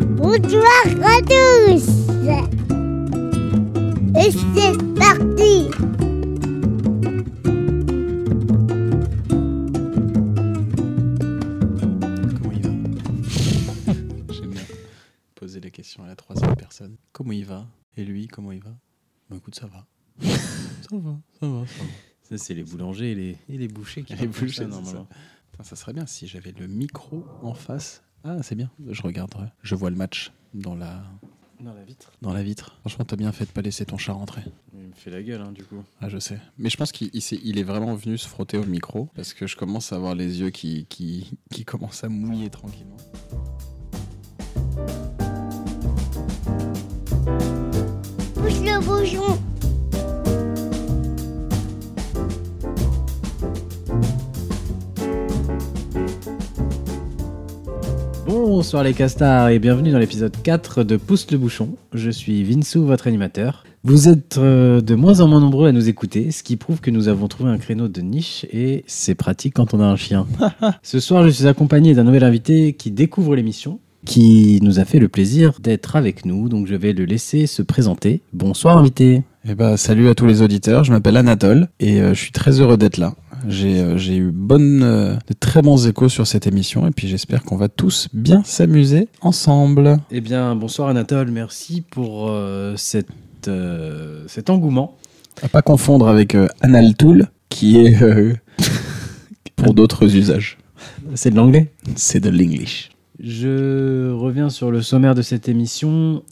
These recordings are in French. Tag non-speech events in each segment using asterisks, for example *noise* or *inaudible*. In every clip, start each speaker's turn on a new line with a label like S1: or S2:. S1: bonsoir à tous. Et c'est parti.
S2: Comment il va *laughs* J'aime bien poser la question à la troisième personne. Comment il va Et lui, comment il va Bah écoute, *laughs* ça va. ça va, ça va, ça va.
S3: Ça, c'est les boulangers et les, et *laughs* les bouchers qui
S2: Les
S3: font
S2: bouchers,
S3: ça,
S2: c'est ça. Putain, ça serait bien si j'avais le micro en face. Ah, c'est bien, je regarderai. Je vois le match dans la,
S3: Dans la vitre.
S2: dans la vitre. Franchement, t'as bien fait de pas laisser ton chat rentrer.
S3: Il me fait la gueule, hein, du coup.
S2: Ah, je sais. Mais je pense qu'il il s'est- il est vraiment venu se frotter au micro parce que je commence à avoir les yeux qui, qui, qui commencent à mouiller tranquillement.
S1: Pousse le bouchon.
S3: Bonsoir les castars et bienvenue dans l'épisode 4 de Pousse le bouchon. Je suis Vinsou, votre animateur. Vous êtes euh, de moins en moins nombreux à nous écouter, ce qui prouve que nous avons trouvé un créneau de niche et c'est pratique quand on a un *laughs* chien. ce soir, je suis accompagné d'un nouvel invité qui découvre l'émission, qui nous a fait le plaisir d'être avec nous, donc je vais le laisser se présenter. Bonsoir invité.
S2: Eh ben, salut à tous les auditeurs, je m'appelle Anatole et euh, je suis très heureux d'être là. J'ai euh, j'ai eu bonne, euh, de très bons échos sur cette émission et puis j'espère qu'on va tous bien s'amuser ensemble.
S3: Eh bien, bonsoir Anatole, merci pour euh, cette, euh, cet engouement.
S2: À pas confondre avec euh, Analtool qui est euh, *laughs* pour d'autres usages.
S3: C'est de l'anglais
S2: C'est de l'English.
S3: Je reviens sur le sommaire de cette émission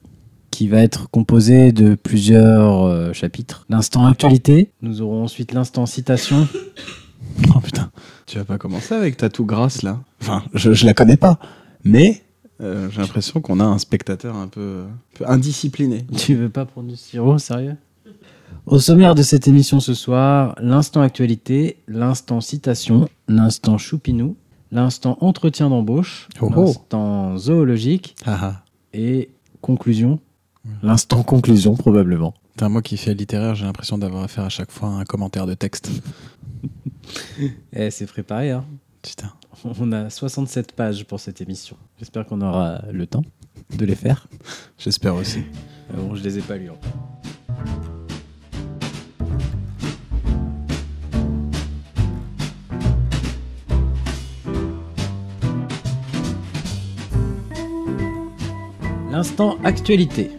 S3: qui va être composée de plusieurs euh, chapitres. L'instant actualité, nous aurons ensuite l'instant citation. *laughs*
S2: Oh putain, tu vas pas commencer avec ta tout grasse là Enfin, je, je la connais pas, mais euh, j'ai l'impression qu'on a un spectateur un peu, euh, un peu indiscipliné.
S3: Tu veux pas prendre du sirop, sérieux Au sommaire de cette émission ce soir, l'instant actualité, l'instant citation, l'instant choupinou, l'instant entretien d'embauche,
S2: Oh oh.
S3: l'instant zoologique
S2: Haha.
S3: et conclusion. L'instant conclusion, probablement.
S2: Putain, moi qui fais littéraire, j'ai l'impression d'avoir à faire à chaque fois un commentaire de texte.
S3: Eh, c'est préparé, hein.
S2: Putain.
S3: *laughs* On a 67 pages pour cette émission. J'espère qu'on aura le temps de les faire.
S2: J'espère aussi.
S3: Euh, Bon, je les ai pas lus. hein. L'instant actualité.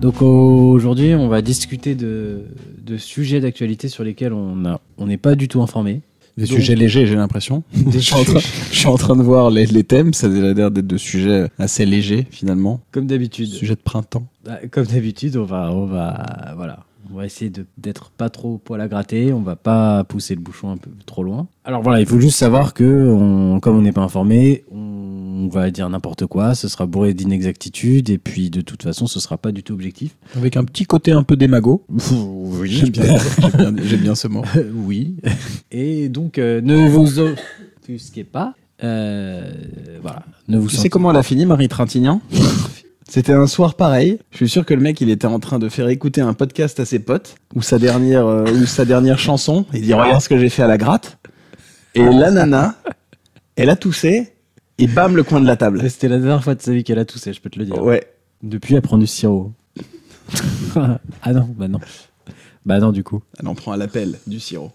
S3: Donc aujourd'hui, on va discuter de, de sujets d'actualité sur lesquels on a- on n'est pas du tout *laughs* informé.
S2: Des
S3: Donc-
S2: sujets légers, j'ai l'impression. Je
S3: Des
S2: suis en train- *laughs* Je suis en train de voir les, les thèmes, ça a l'air d'être de sujets assez légers finalement.
S3: Comme d'habitude.
S2: Sujet de printemps.
S3: Bah, Comme d'habitude, on va, on va, voilà, on va essayer de- d'être pas trop poil à gratter. On va pas pousser le bouchon un peu trop loin. Alors voilà, il faut juste savoir que, on- comme on n'est pas informé, on va dire n'importe quoi. Ce sera bourré d'inexactitudes et puis de toute façon, ce sera pas du tout objectif.
S2: Avec un petit côté un peu démago.
S3: *laughs* oui,
S2: J'aime bien, j'aime bien, j'aime bien ce mot.
S3: oui. Et donc, euh, ne vous offusquez pas. Euh, voilà, ne vous
S2: Tu
S3: sentez-
S2: sais comment elle a fini, Marie Trintignant C'était un soir pareil. Je suis sûr que le mec, il était en train de faire écouter un podcast à ses potes, ou sa dernière, euh, ou sa dernière chanson. Il dit Regarde ce que j'ai fait à la gratte. Et la nana, elle a toussé, et bam, le coin de la table.
S3: C'était la dernière fois de sa vie qu'elle a toussé, je peux te le dire.
S2: Ouais.
S3: Depuis, elle prend du sirop. *laughs* ah non, bah non. Bah non, du coup.
S2: Elle en prend à l'appel du sirop.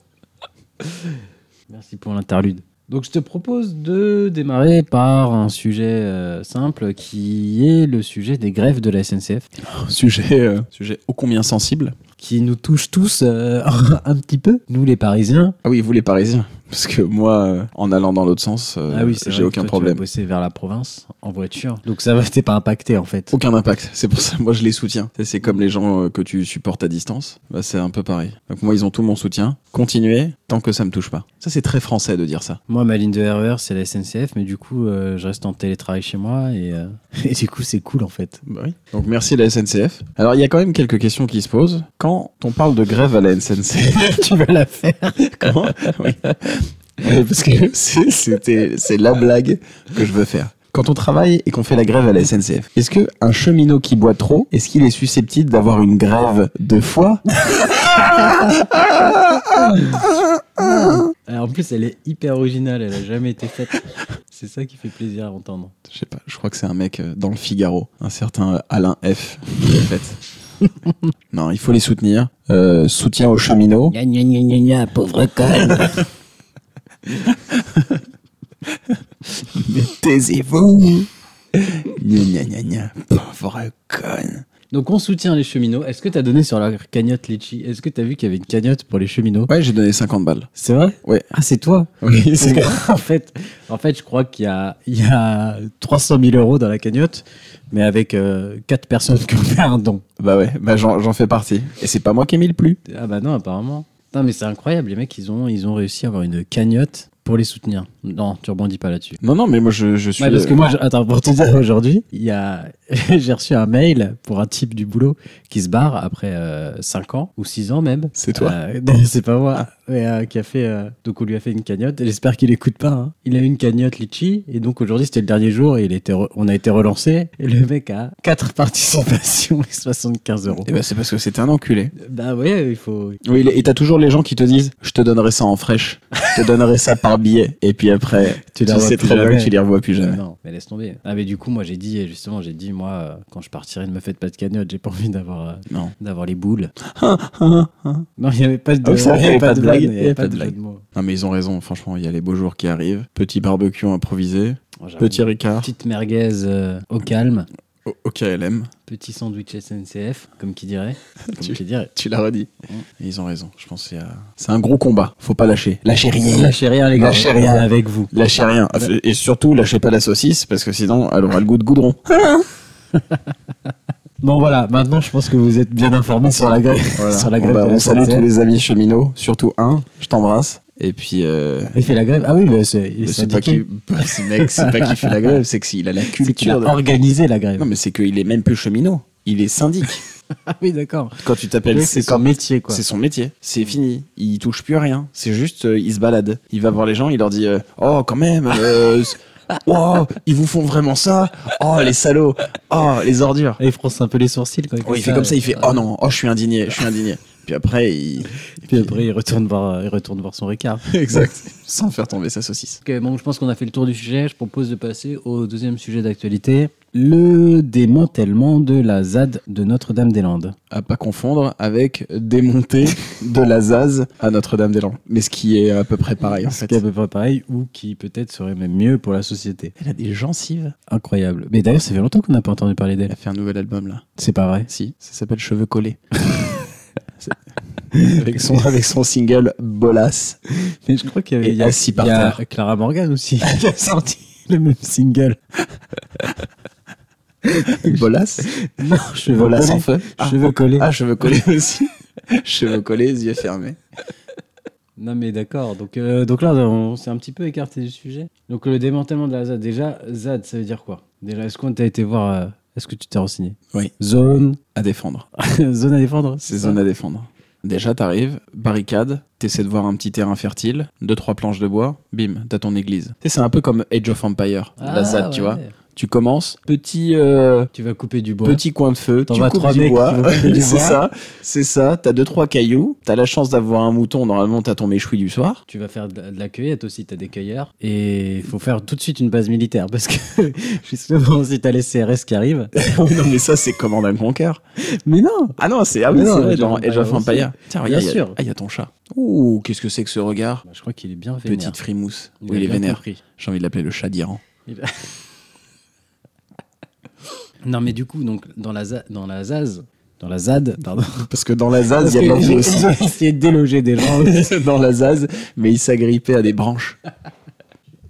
S3: Merci pour l'interlude. Donc, je te propose de démarrer par un sujet euh, simple qui est le sujet des grèves de la SNCF,
S2: Sujet, euh, sujet ô combien sensible.
S3: qui nous touche tous euh, *laughs* un petit peu, nous les Parisiens.
S2: Ah oui, vous les Parisiens. Parce que moi, euh, en allant dans l'autre sens, euh,
S3: Ah c'est
S2: j'ai
S3: vrai que
S2: aucun
S3: toi, Tu
S2: problème.
S3: vas bosser vers la province en voiture. Donc, ça va, t'es pas impacté en fait.
S2: Aucun impact, c'est pour ça moi je les soutiens. Et C'est comme les gens euh, que tu supportes à distance, bah, c'est un peu pareil. Donc moi ils ont tout mon soutien, continuez tant que ça me touche pas. Ça c'est très français de dire ça.
S3: Moi, ma ligne de RER, c'est la SNCF, mais du coup, euh, je reste en télétravail chez moi et, euh, *laughs* et du coup, c'est cool en fait. *laughs*
S2: Bah Donc merci à la SNCF. Alors il y a quand même quelques questions qui se posent. Quand on parle de grève à la SNCF, *laughs*
S3: tu vas la faire.
S2: comment Oui. Ouais, Parce que c'est- c'était c'est la blague que je veux faire. Quand on travaille et qu'on fait la grève à la SNCF, est-ce que un cheminot qui boit trop, est-ce qu'il est susceptible d'avoir une grève de foie
S3: Ah, Alors, en plus, elle est hyper originale, elle a jamais été faite. C'est ça qui fait plaisir à entendre.
S2: Je sais pas, je crois que c'est un mec euh, dans le Figaro, un certain euh, Alain F. qui l'a faite. non, il faut les soutenir. Euh, soutien aux cheminots.
S4: Gna gna gna gna gna, pauvre con.
S2: *laughs* Taisez-vous Gna gna gna gna, pauvre con.
S3: Donc on soutient les cheminots. Est-ce que t'as donné sur leur cagnotte Litchi Est-ce que t'as vu qu'il y avait une cagnotte pour les cheminots
S2: Ouais, j'ai donné 50 balles.
S3: C'est vrai
S2: Ouais.
S3: Ah, c'est toi
S2: Oui, c'est
S3: *laughs* en, fait, en fait, je crois qu'il y a, il y a 300 000 euros dans la cagnotte, mais avec 4 personnes qui ont fait un don.
S2: Bah ouais, bah j'en j'en fais partie. Et c'est pas moi qui ai mis le plus.
S3: Ah bah non, apparemment. Non, mais c'est incroyable, les mecs, ils ont, ils ont réussi à avoir une cagnotte pour les soutenir. Non, tu rebondis pas là-dessus.
S2: Non, non, mais moi je, je suis.
S3: Ouais, parce que
S2: euh,
S3: moi, je- attends, pour
S2: *laughs*
S3: te dire, aujourd'hui, il y a, *laughs* j'ai reçu un mail pour un type du boulot qui se barre après 5 ans ou 6 ans même.
S2: C'est toi.
S3: Euh, non, *laughs* c'est pas moi. Mais, euh, qui a fait, euh, donc on lui a fait une cagnotte. Et J'espère qu'il écoute pas. hein. Il a eu une cagnotte litchi et donc aujourd'hui c'était le dernier jour et il était, re- on a été relancé. Et le mec a 4 *laughs* participations et 75 euros.
S2: Eh ben, c'est parce que c'était un enculé.
S3: Bah ouais, il faut.
S2: Oui, et t'as toujours les gens qui te disent Je te donnerai ça en fraîche, je te donnerai ça par billet. Et puis après, *laughs* tu,
S3: Tu les revois
S2: sais
S3: plus
S2: très bien
S3: jamais.
S2: que tu les revois plus jamais.
S3: Non, mais laisse tomber. Ah mais du coup moi j'ai dit justement j'ai dit moi euh, quand je partirai ne me faites pas de cagnotte. J'ai pas envie d'avoir. euh,
S2: Non.
S3: d'avoir les boules. hein, non, il n'y avait pas de,
S2: Ah oui, c'est vrai,
S3: il y avait pas de blague. Il n'y avait pas de
S2: blague.
S3: jeu de mots.
S2: Non, mais ils ont raison, franchement, il y a les beaux jours qui arrivent. Petit barbecue improvisé,
S3: Oh, j'avoue.
S2: petit Ricard
S3: Petite merguez euh, au calme,
S2: au, au KLM.
S3: petit sandwich SNCF, comme qui *laughs* dirait. Comme
S2: Tu-
S3: qui dirait.
S2: Tu l'as redit. Et ils ont raison, je pense que c'est, euh, c'est un gros combat, faut pas lâcher. Lâchez rien.
S3: Lâchez rien, hein, les gars.
S2: Lâchez rien.
S3: on est avec vous.
S2: Lâchez rien. Et surtout, lâchez pas la saucisse, parce que sinon, elle aura le goût de goudron.
S3: Bon, voilà. Maintenant, je pense que vous êtes bien informés sur la grève.
S2: Voilà.
S3: *laughs* sur la
S2: on,
S3: grève.
S2: va-
S3: de la
S2: on salue
S3: SNCF.
S2: tous les amis cheminots, surtout un, je t'embrasse. Et puis, euh,
S3: Il fait la grève. Ah oui, mais c'est, il est
S2: c'est pas qu'il
S3: syndiqué.
S2: *laughs* bah, ce mec, c'est pas qu'il fait la grève, c'est qu'il a la
S3: C'est qu'il
S2: culture.
S3: a
S2: de-
S3: organisé la *laughs* grève.
S2: Non, mais c'est qu'il est même plus cheminot, il est syndic.
S3: Ah oui, d'accord.
S2: *laughs* Quand tu
S3: Le
S2: t'appelles,
S3: mec,
S2: c'est
S3: C'est
S2: son,
S3: son métier, quoi.
S2: c'est son métier, c'est fini. Il touche plus à rien. C'est juste, euh, il se balade. Il va voir les gens, il leur dit, euh, oh quand même. euh, *laughs* c- wow, ils vous font vraiment ça Oh les salauds Oh les ordures
S3: Et il fronce un peu les sourcils, quoi.
S2: Oh, Il fait comme ça, il fait
S3: euh,
S2: oh non, oh je suis indigné, je suis indigné. Puis après, il...
S3: Puis après, il retourne voir, il retourne voir son *laughs* Ricard.
S2: exact, sans faire tomber sa saucisse.
S3: Ok, bon, je pense qu'on a fait le tour du sujet. Je propose de passer au deuxième sujet d'actualité. Le démantèlement de la ZAD de Notre-Dame-des-Landes.
S2: à pas confondre avec démonter de la Zaz à Notre-Dame-des-Lands. Mais ce qui est à peu près pareil en
S3: Ce
S2: fait.
S3: qui est à peu près pareil, ou qui peut-être serait même mieux pour la société.
S2: Elle a des gencives.
S3: Incroyable. Mais d'ailleurs, ça fait longtemps qu'on n'a pas entendu parler
S2: Elle
S3: d'elle.
S2: a fait un nouvel album là.
S3: C'est pas vrai.
S2: Si, ça s'appelle Cheveux collés. C'est- avec, son, avec son single *laughs* Bolas.
S3: *laughs* Mais je crois qu'il y
S2: avait-
S3: avait,
S2: il y a- assis par
S3: il y a Clara Morgan aussi *laughs* qui a sorti le même single.
S2: Bolas
S3: Non, cheveux
S2: Bolas en
S3: collés.
S2: feu. Ah,
S3: Cheveux collés.
S2: ah, cheveux *laughs* collés aussi. cheveux collés, yeux fermés.
S3: Non mais d'accord, donc, euh, donc là on s'est un petit peu écarté du sujet. Donc le démantèlement de la ZAD, déjà ZAD ça veut dire quoi Déjà est-ce qu'on t'a été voir, euh, est-ce que tu t'es renseigné
S2: Oui.
S3: Zone, *laughs*
S2: À défendre.
S3: zone à défendre
S2: C'est zone à défendre. Déjà, t'arrives, barricade, t'essaies de voir un petit terrain fertile, deux, trois planches de bois, bim, t'as ton église. Tu sais, C'est un peu comme Age of Empire, la ZAD, tu vois. Tu commences, petit, euh,
S3: Ah, Tu vas couper du bois.
S2: petit coin de feu,
S3: T'en
S2: tu
S3: vas
S2: coupes
S3: trois
S2: du
S3: mecs
S2: bois,
S3: qui
S2: *laughs*
S3: vont couper du
S2: c'est
S3: bois.
S2: ça, c'est ça, t'as deux trois cailloux, t'as la chance d'avoir un mouton, normalement t'as ton méchoui du *laughs* soir.
S3: Tu vas faire de la- de la cueillette aussi, t'as des cueilleurs. Et il faut faire tout de suite une base militaire parce que *laughs* justement si t'as les CRS
S2: *laughs*
S3: qui arrivent.
S2: non mais ça c'est Command and Conquer.
S3: Mais non
S2: Ah non, c'est ah,
S3: Mais
S2: oui,
S3: non,
S2: c'est vrai,
S3: Age of
S2: dans Age of
S3: Empire
S2: Empire. Tiens,
S3: Bien
S2: regarde, il y a-
S3: sûr.
S2: ah il y a ton chat. Ouh, qu'est-ce que c'est que ce regard
S3: Bah, Je crois qu'il est bien vénère.
S2: Petite frimousse.
S3: Il
S2: oui,
S3: a
S2: il est
S3: bien
S2: vénère.
S3: compris.
S2: J'ai envie de l'appeler le chat d'Iran.
S3: Non mais du coup, donc dans la, za- dans la ZAZ, dans la ZAD, pardon.
S2: Parce que dans la Zaz,
S3: Parce
S2: Ah, il y a de
S3: que *laughs*
S2: la vie
S3: ils
S2: aussi.
S3: ont essayé de déloger des gens.
S2: *laughs* dans la Zaz, mais il s'agrippait à des branches.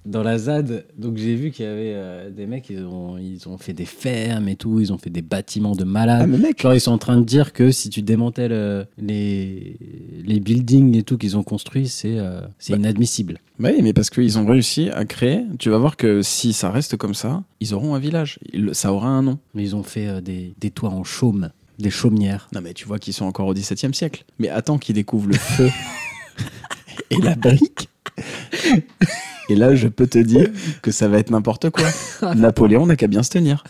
S3: Dans la ZAD, donc j'ai vu qu'il y avait euh, des mecs, ils ont, ils ont fait des fermes et tout, ils ont fait des bâtiments de malades.
S2: Ah, mais mec,
S3: Genre, ils sont en train de dire que si tu démantèles euh, les, les buildings et tout qu'ils ont construits, c'est euh, c'est
S2: Bah.
S3: inadmissible.
S2: Oui, mais parce qu'ils ont réussi à créer. Tu vas voir que si ça reste comme ça, ils auront un village. Il- Ça aura un nom.
S3: Mais ils ont fait euh, des, des toits en chaume, des chaumières.
S2: Non, mais tu vois qu'ils sont encore au XVIIe siècle. Mais attends qu'ils découvrent le *laughs* feu et la brique. Et là, je peux te dire que ça va être n'importe *laughs* quoi. Napoléon n'a qu'à bien se tenir.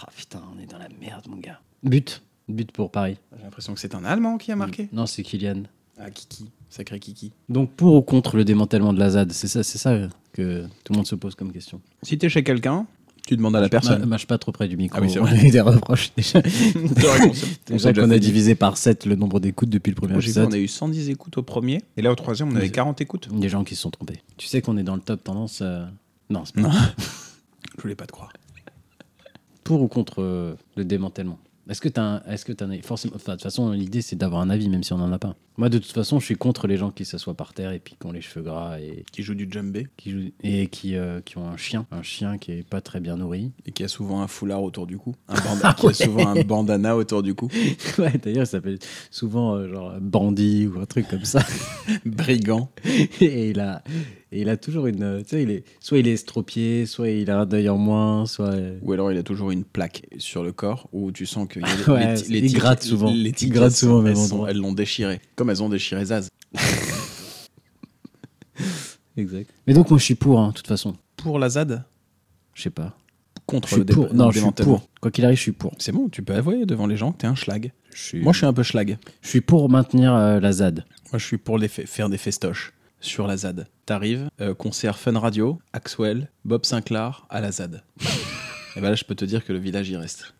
S3: Ah putain, on est dans la merde, mon gars. But, but pour Paris.
S2: J'ai l'impression que c'est un Allemand qui a marqué.
S3: Non, c'est Kylian.
S2: Mm. Ah, Kiki. Sacré Kiki.
S3: Donc pour ou contre le démantèlement de la ZAD C'est ça, c'est ça que tout le monde se pose comme question.
S2: Si t'es chez quelqu'un, tu demandes à la *laughs*
S3: Ma-
S2: personne.
S3: Mâche pas trop près du micro.
S2: Ah oui, c'est
S3: on
S2: vrai.
S3: a eu des reproches déjà.
S2: *laughs*
S3: C'est pour ça qu'on a
S2: divisé.
S3: divisé par 7 le nombre d'écoutes depuis le premier
S2: Moi, j'ai vu, on
S3: épisode.
S2: a eu 110 écoutes au premier, et là au troisième, on avait
S3: Oui.
S2: 40 écoutes.
S3: Des gens qui se sont trompés. Tu sais qu'on est dans le top tendance. euh, Non, c'est pas
S2: Non. Je voulais pas te croire.
S3: pour ou contre euh, le démantèlement Est-ce que tu as un, est-ce que t'as un- forcément enfin, de toute façon l'idée c'est d'avoir un avis même si on n'en a pas. Moi de toute façon, je suis contre les gens qui s'assoient par terre et puis qui ont les cheveux gras et
S2: Qui joue du djembé
S3: qui jouent- et qui, euh, qui ont un chien, un chien qui est pas très bien nourri. *laughs*
S2: et qui a souvent un foulard autour du cou, un
S3: Ah
S2: banda- qui a souvent un bandana autour du
S3: *laughs*
S2: cou,
S3: ouais, d'ailleurs, il s'appelle souvent euh, genre bandit ou un truc comme ça *laughs*
S2: brigand.
S3: et il a et il a toujours une euh, tu sais il est soit il est estropié, soit il a un dœil en moins, soit euh,
S2: Ou alors il a toujours une plaque sur le corps où tu sens que les- les,
S3: Ouais,
S2: ti-
S3: il
S2: ti-
S3: gratte souvent.
S2: Les
S3: Il
S2: tickets,
S3: gratte souvent au même
S2: elles sont-
S3: endroit.
S2: Elles l'ont déchiré, comme elles ont déchiré Zaz.
S3: exact. Mais donc moi je suis pour hein, de toute façon.
S2: Pour la Zad
S3: Je sais pas.
S2: Contre
S3: Je suis
S2: le dé-
S3: pour.
S2: le
S3: Non, je suis
S2: démantèlement.
S3: pour. Quoi qu'il arrive, je suis pour.
S2: C'est bon, tu peux avouer devant les gens que t'es un schlag.
S3: Je suis-
S2: Moi je suis un peu schlag.
S3: Je suis pour maintenir euh, la ZAD.
S2: Moi je suis pour les fa- faire des festoches sur la Zad. T'arrives, euh, concert Fun Radio, Axwell, Bob Sinclair à la
S3: *laughs*
S2: Zad. et ben là je peux te dire que le village y reste.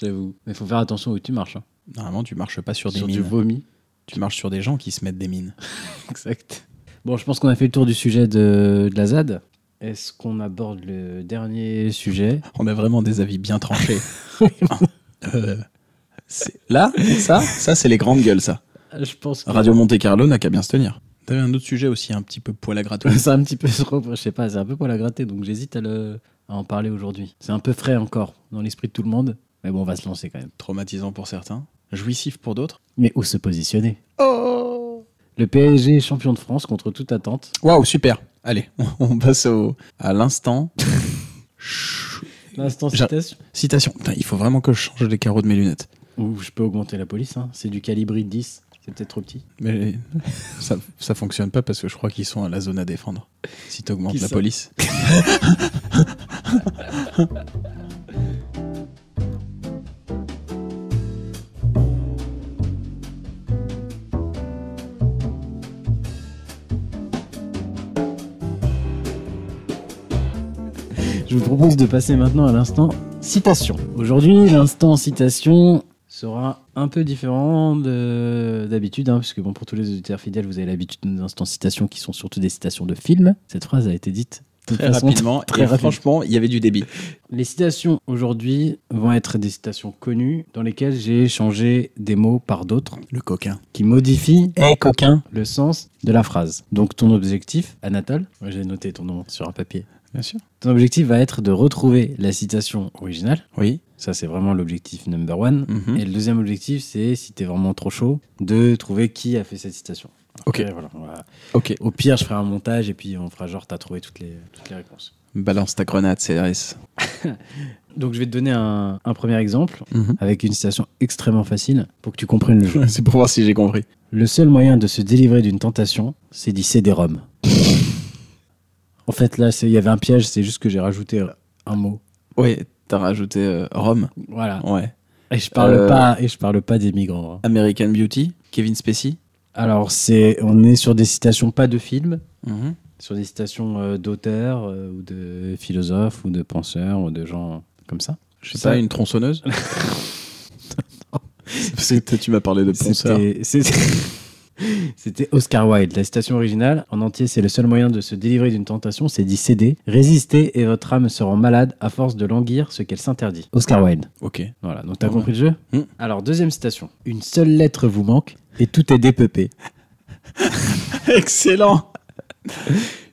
S3: J'avoue. Mais faut faire attention où tu marches. Hein.
S2: Normalement tu marches pas sur des
S3: Sur du
S2: mines.
S3: vomi.
S2: Tu marches sur des gens qui se mettent des mines.
S3: *laughs* Exact. Bon, je pense qu'on a fait le tour du sujet de, de la ZAD. Est-ce qu'on aborde le dernier sujet
S2: On a vraiment des avis bien tranchés. *laughs* Euh, c'est- là, ça, ça c'est les grandes gueules, ça.
S3: Je pense que
S2: Radio Monte Carlo n'a qu'à bien se tenir. T'avais un autre sujet aussi, un petit peu poil à gratter.
S3: *laughs* c'est un petit peu trop, je sais pas, c'est un peu pour la gratter, donc j'hésite à, le- à en parler aujourd'hui. C'est un peu frais encore, dans l'esprit de tout le monde. Mais bon, on va se lancer quand même.
S2: Traumatisant pour certains, jouissif pour d'autres.
S3: Mais où se positionner Le PSG est champion de France contre toute attente.
S2: Waouh, super. Allez, *laughs* on passe au, à l'instant.
S3: L'instant
S2: J'a-
S3: citation.
S2: Citation. Putain, il faut vraiment que je change les carreaux de mes lunettes.
S3: Ou je peux augmenter la police, hein. c'est du calibre 10, c'est peut-être trop petit.
S2: Mais *laughs* ça, ça fonctionne pas parce que je crois qu'ils sont à la zone à défendre. Si t'augmentes
S3: Qui
S2: la
S3: ça
S2: police.
S3: Je vous propose de passer maintenant à l'instant citation. Aujourd'hui, l'instant citation sera un peu différent de- d'habitude, hein, puisque bon, pour tous les auditeurs fidèles, vous avez l'habitude de nos instants citations qui sont surtout des citations de films. Cette phrase a été dite de
S2: Très
S3: façon-
S2: rapidement.
S3: très
S2: et
S3: rapide.
S2: franchement, il y avait du débit.
S3: Les citations aujourd'hui vont être des citations connues dans lesquelles j'ai changé des mots par d'autres
S2: Le coquin.
S3: qui modifient
S2: Eh, coquin.
S3: le sens de la phrase. Donc ton objectif, Anatole, moi, j'ai noté ton nom sur un papier.
S2: Bien sûr.
S3: Ton objectif va être de retrouver la citation originale.
S2: Oui.
S3: Ça, c'est vraiment l'objectif number one.
S2: Mhm.
S3: Et le deuxième objectif, c'est, si t'es vraiment trop chaud, de trouver qui a fait cette citation.
S2: Ok.
S3: Après, voilà, on va-
S2: Ok.
S3: Au pire, je ferai un montage et puis on fera genre, t'as trouvé toutes les, toutes les réponses.
S2: Balance ta grenade, CRS.
S3: Donc, je vais te donner un, un premier exemple
S2: Mhm.
S3: avec une citation extrêmement facile pour que tu comprennes le jeu.
S2: C'est pour voir si j'ai compris.
S3: Le seul moyen de se délivrer d'une tentation, c'est d'y céder Rome. en fait, là, c'est- il y avait un piège, c'est juste que j'ai rajouté euh, un mot.
S2: Ouais, t'as rajouté euh, Rome.
S3: Voilà.
S2: Ouais.
S3: Et je parle
S2: Euh.
S3: pas, et je parle pas des migrants. hein.
S2: American Beauty, Kevin Spacey.
S3: Alors, c'est, on est sur des citations pas de films,
S2: Mhm.
S3: sur des citations euh, d'auteurs euh, ou de philosophes ou de penseurs ou de gens comme ça.
S2: Je sais
S3: Ça-
S2: pas, une *laughs* tronçonneuse C'est- t'as- Tu m'as parlé de penseur.
S3: C'était, c'est- *laughs* c'était Oscar Wilde. La citation originale, en entier, c'est le seul moyen de se délivrer d'une tentation, c'est d'y céder, résister et votre âme se rend malade à force de languir ce qu'elle s'interdit. Oscar Mmh. Wilde.
S2: Ok.
S3: Voilà, donc t'as
S2: Ouais.
S3: compris le jeu
S2: Mm.
S3: Alors, deuxième citation. Une seule lettre vous manque et tout est dépeupé. *laughs*
S2: Excellent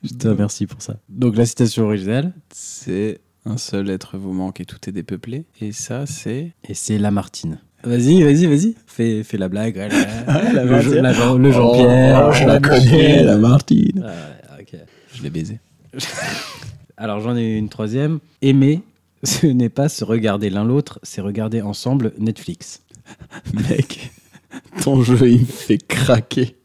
S3: Je te remercie pour ça. Donc, la citation originale,
S2: C'est un seul être vous manque et tout est dépeuplé. Et ça, c'est.
S3: et c'est Lamartine. Vas-y, vas-y, vas-y. Fais, fais la blague. ouais, *laughs* la-
S2: la
S3: le
S2: Martine.
S3: Jean- la Jean- le Jean-Pierre. Oh, la Michel.
S2: Martine.
S3: Ah, ok.
S2: Je l'ai baisé.
S3: Alors j'en ai une troisième. Aimer, *laughs* ce n'est pas se regarder l'un l'autre, c'est regarder ensemble Netflix.
S2: Mec, ton jeu, il me fait craquer.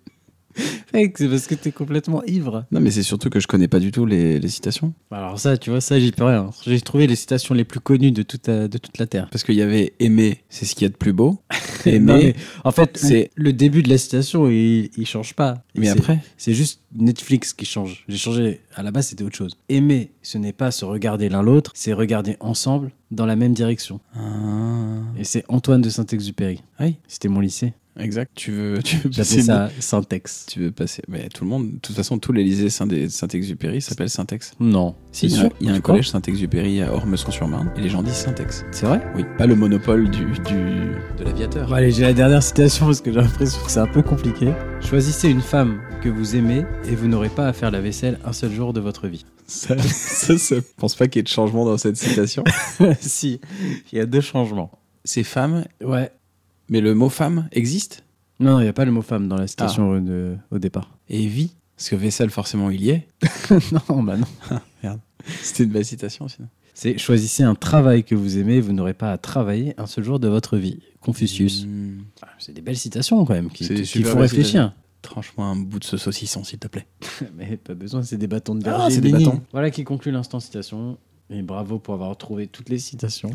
S3: Mec, c'est parce que t'es complètement ivre.
S2: Non, mais c'est surtout que je connais pas du tout les, les citations.
S3: Bah, Alors ça, tu vois, ça, j'y peux rien. J'ai trouvé les citations les plus connues de toute, euh, de toute la *laughs* Terre.
S2: Parce qu'il y avait aimer, c'est ce qu'il y a de plus *laughs* beau.
S3: Non, mais
S2: Aimer,
S3: en fait,
S2: c'est-
S3: c'est le début de la citation, il, il change pas.
S2: mais
S3: C'est-
S2: après.
S3: c'est juste Netflix qui change. J'ai changé. À la base, c'était autre chose. Aimer, ce n'est pas se regarder l'un l'autre, c'est regarder ensemble dans la même direction.
S2: Ah,
S3: Et c'est Antoine de Saint-Exupéry.
S2: Oui.
S3: C'était mon lycée.
S2: exact. Tu veux, tu veux passer.
S3: J'appelais ça Syntex.
S2: *laughs* Tu veux passer. Mais tout le monde, de toute façon, tous les lycées Saint- Saint-Exupéry s'appellent Syntex.
S3: Non.
S2: Si, il y a,
S3: sûr
S2: il y a
S3: Tu
S2: un
S3: crois
S2: collège Saint-Exupéry à Ormesson-sur-Marne et les gens disent Syntex.
S3: C'est vrai
S2: Oui, pas le monopole du, du- de l'aviateur.
S3: Bon, allez, j'ai la dernière citation parce que j'ai l'impression que c'est un peu compliqué. Choisissez une femme que vous aimez et vous n'aurez pas à faire la vaisselle un seul jour de votre vie.
S2: Ça, *laughs* ça, ça- je pense pas qu'il y ait de changement dans cette citation.
S3: *laughs* si, il y a deux changements.
S2: C'est femme,
S3: Ouais.
S2: mais le mot femme existe
S3: Non, non, il n'y a pas le mot femme dans la citation de- au départ.
S2: et vie. Parce que vaisselle, forcément, il y est.
S3: *laughs* non, bah non.
S2: C'était une belle citation, sinon.
S3: C'est choisissez un travail que vous aimez, vous n'aurez pas à travailler un seul jour de votre vie. Confucius. Ah,
S2: Hmm.
S3: C'est des belles citations quand même qui,
S2: C'est des
S3: qui
S2: super
S3: font
S2: belles
S3: réfléchir.
S2: Tranche-moi un bout de ce saucisson, s'il te plaît.
S3: Mais pas besoin, c'est des bâtons de
S2: Ah, c'est des
S3: Virginie.
S2: bâtons.
S3: Voilà qui conclut l'instant citation. Et bravo pour avoir trouvé toutes les citations.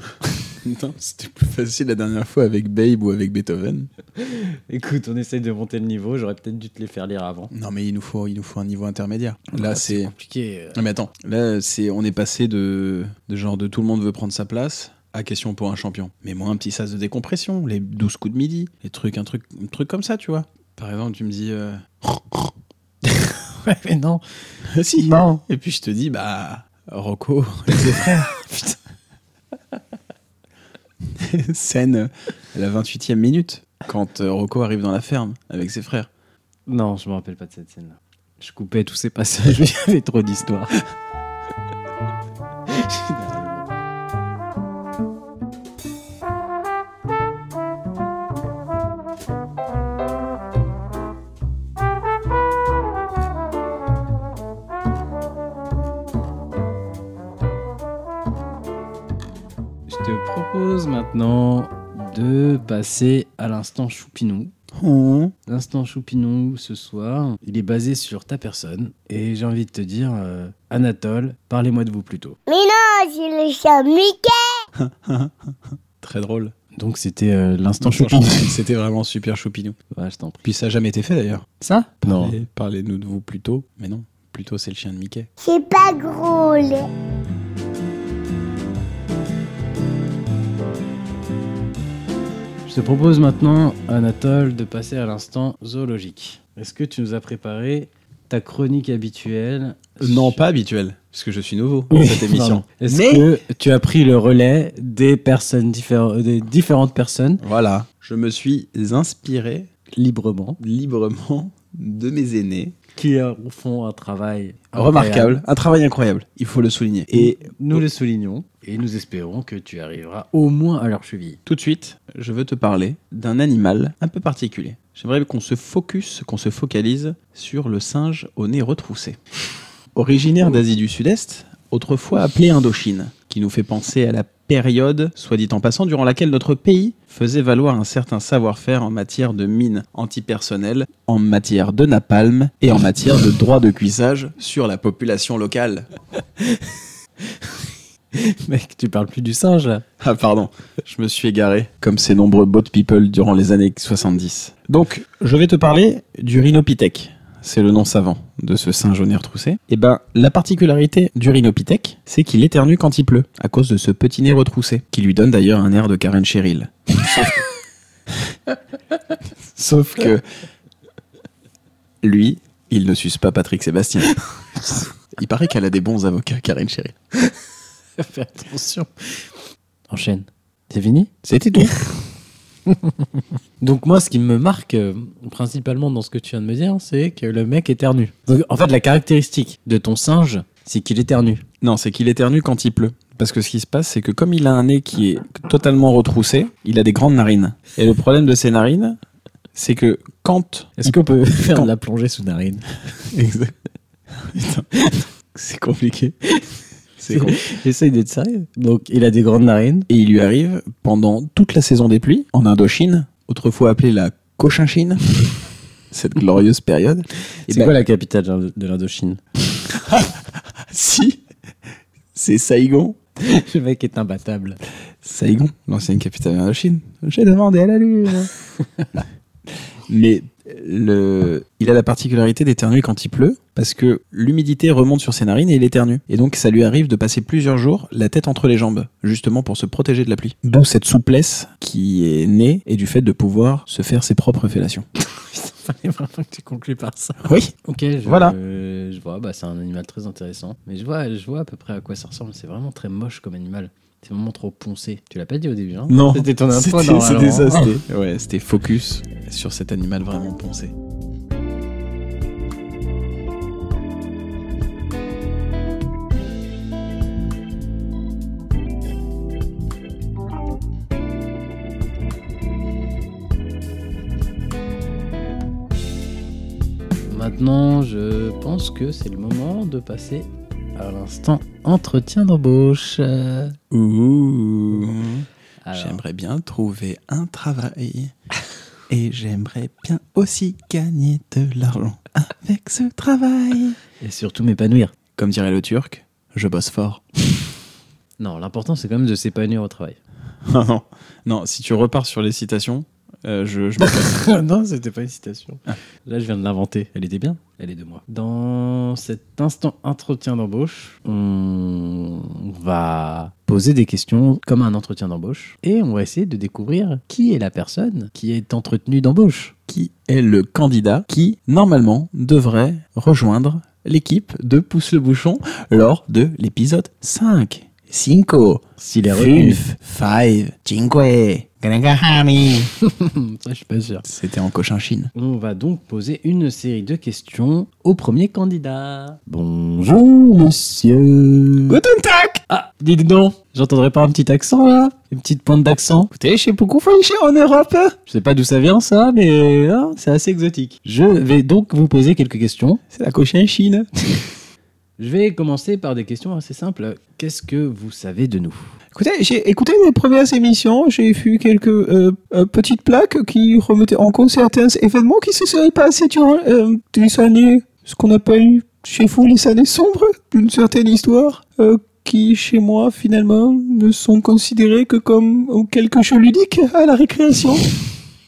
S2: Non, c'était plus facile la dernière fois avec Babe ou avec Beethoven.
S3: *laughs* Écoute, on essaye de monter le niveau. J'aurais peut-être dû te les faire lire avant.
S2: Non, mais il nous faut, il nous faut un niveau intermédiaire. Là, c'est.
S3: Ah, compliqué. euh.
S2: Non, mais attends. Là, c'est, on est passé de, de genre de tout le monde veut prendre sa place à question pour un champion. Mais moi, un petit sas de décompression, les 12 coups de midi, les trucs, un truc, un truc comme ça, tu vois. Par exemple, tu me dis. euh, *laughs*
S3: Ouais, mais non.
S2: si.
S3: Non.
S2: Et puis je te dis, bah, Rocco, *laughs* les deux frères. Putain. *laughs* Scène à la 28e minute, quand euh, Rocco arrive dans la ferme avec ses frères.
S3: Non, je me rappelle pas de cette scène-là. Je coupais tous ces passages *laughs* où il y avait trop d'histoires. *laughs* Je te propose maintenant de passer à l'instant choupinou. L'instant choupinou ce soir, il est basé sur ta personne. Et j'ai envie de te dire, euh, Anatole, parlez-moi de vous plutôt.
S1: Mais non, c'est Ah, le chat Mickey.
S2: Très drôle.
S3: Donc c'était euh, l'instant choupinou.
S2: C'était vraiment super choupinou.
S3: Ouais, je t'en prie.
S2: Puis ça n'a jamais été fait d'ailleurs.
S3: Ça Non.
S2: Parlez- Parlez-nous de vous plutôt. Mais non, plutôt c'est le chien de Mickey.
S1: C'est pas drôle.
S3: Je te propose maintenant, Anatole, de passer à l'instant zoologique. Est-ce que tu nous as préparé ta chronique habituelle
S2: Euh, non,
S3: sur-
S2: pas habituel, parce que je suis nouveau dans
S3: Oui,
S2: cette émission.
S3: pardon. Est-ce
S2: Mais-
S3: que tu as pris le relais des personnes différentes, des différentes personnes
S2: Voilà. Je me suis inspiré
S3: librement
S2: librement de mes aînés.
S3: qui euh, font un travail
S2: Remarquable, un travail incroyable, il faut le souligner. Et
S3: Nous le soulignons et nous espérons que tu arriveras au moins à leur cheville.
S2: Tout de suite, je veux te parler d'un animal un peu particulier. J'aimerais qu'on se focus, qu'on se focalise sur le singe au nez retroussé. Originaire d'Asie du Sud-Est, autrefois appelé Indochine, qui nous fait penser à la période, soit dit en passant, durant laquelle notre pays faisait valoir un certain savoir-faire en matière de mines antipersonnelles, en matière de napalm et en matière de droit de cuissage sur la population locale.
S3: *laughs* Mec, tu parles plus du singe là
S2: Ah pardon, je me suis égaré, comme ces nombreux bot people durant les années 70. Donc, je vais te parler du rhinopithèque. C'est le nom savant de ce singe au nez retroussé. Et ben, la particularité du rhinopithèque, c'est qu'il éternue quand il pleut, à cause de ce petit nez retroussé, qui lui donne d'ailleurs un air de Karen Cheryl. *laughs* Sauf que lui, il ne suce pas Patrick Sébastien. Il paraît qu'elle a des bons avocats, Karen Cheryl.
S3: *laughs* Fais attention. Enchaîne. C'est fini
S2: C'était tout.
S3: Donc moi, ce qui me marque euh, principalement dans ce que tu viens de me dire, c'est que le mec éternue. Donc, en fait, la caractéristique de ton singe, c'est qu'il éternue.
S2: Non, c'est qu'il éternue quand il pleut. Parce que ce qui se passe, c'est que comme il a un nez qui est totalement retroussé, il a des grandes narines. Et le problème de ces narines, c'est que quand...
S3: Est-ce qu'on peut *laughs* faire
S2: Quand-
S3: de la plongée *laughs* sous-narine
S2: Exact. Putain. C'est compliqué. *laughs* C'est compliqué.
S3: J'essaye d'être sérieux. Donc, il a des grandes narines.
S2: Et il lui arrive, pendant toute la saison des pluies, en Indochine, autrefois appelée la Cochinchine, *laughs* cette glorieuse période. Et ben
S3: C'est quoi la capitale de l'Indo- de l'Indochine
S2: *laughs* Si, c'est Saigon.
S3: *laughs* Le mec est *laughs* imbattable.
S2: Saigon, l'ancienne capitale de la Chine. J'ai demandé à la *laughs* lune. Mais euh, le, il a la particularité d'éternuer quand il pleut parce que l'humidité remonte sur ses narines et il éternue. Et donc ça lui arrive de passer plusieurs jours la tête entre les jambes, justement pour se protéger de la pluie. D'où cette souplesse qui est née et du fait de pouvoir se faire ses propres fellations.
S3: Fallait vraiment que tu conclues par ça.
S2: *laughs* Oui,
S3: Ok, je,
S2: Voilà.
S3: euh, je vois, bah, c'est un animal très intéressant. Mais je vois, je vois à peu près à quoi ça ressemble. C'est vraiment très moche comme animal. C'est vraiment trop poncé. Tu l'as pas dit au début, hein
S2: Non.
S3: C'était ton info,
S2: C'était c'était
S3: normalement.
S2: ça,
S3: *laughs*
S2: c'était hein. ouais, c'était focus sur cet animal vraiment poncé.
S3: Maintenant, je pense que c'est le moment de passer à l'instant entretien d'embauche. Euh,
S2: Ouh.
S3: alors,
S2: J'aimerais bien trouver un travail. *laughs* Et j'aimerais bien aussi gagner de l'argent avec ce travail.
S3: Et surtout m'épanouir.
S2: Comme dirait le turc, je bosse fort.
S3: Non, l'important c'est quand même de s'épanouir au travail.
S2: *laughs* non, non. non, si tu repars sur les citations, euh, je, je me casse.
S3: *laughs* non, c'était pas une citation. Ah. Là, je viens de l'inventer. Elle était bien. Elle est de moi. Dans cet instant entretien d'embauche, on va poser des questions comme un entretien d'embauche et on va essayer de découvrir qui est la personne qui est entretenue d'embauche.
S2: *laughs* Qui est le candidat qui, normalement, devrait rejoindre l'équipe de Pousse le Bouchon lors de l'épisode 5 Cinco
S3: S'il est retenu.
S2: Fünf, five, cinque.
S3: *laughs* Ça, je suis pas sûr.
S2: C'était en cochin chine.
S3: On va donc poser une série de questions au premier candidat. Bonjour, monsieur.
S2: Guten Tag!
S3: Ah, dites donc, j'entendrai pas un petit accent là Une petite pointe d'accent
S2: Écoutez, je sais beaucoup French en Europe. hein.
S3: Je sais pas d'où ça vient ça, mais hein, c'est assez exotique. Je vais donc vous poser quelques questions.
S2: C'est la cochin chine.
S3: Je vais commencer par des questions assez simples. Qu'est-ce que vous savez de nous
S2: Écoutez, j'ai écouté les premières émissions, j'ai vu quelques euh, euh, petites plaques qui remettaient en cause certains événements qui se seraient passés durant euh, des années, ce qu'on appelle chez vous les années sombres, d'une certaine histoire, euh, qui chez moi finalement ne sont considérées que comme quelque chose ludique à la récréation.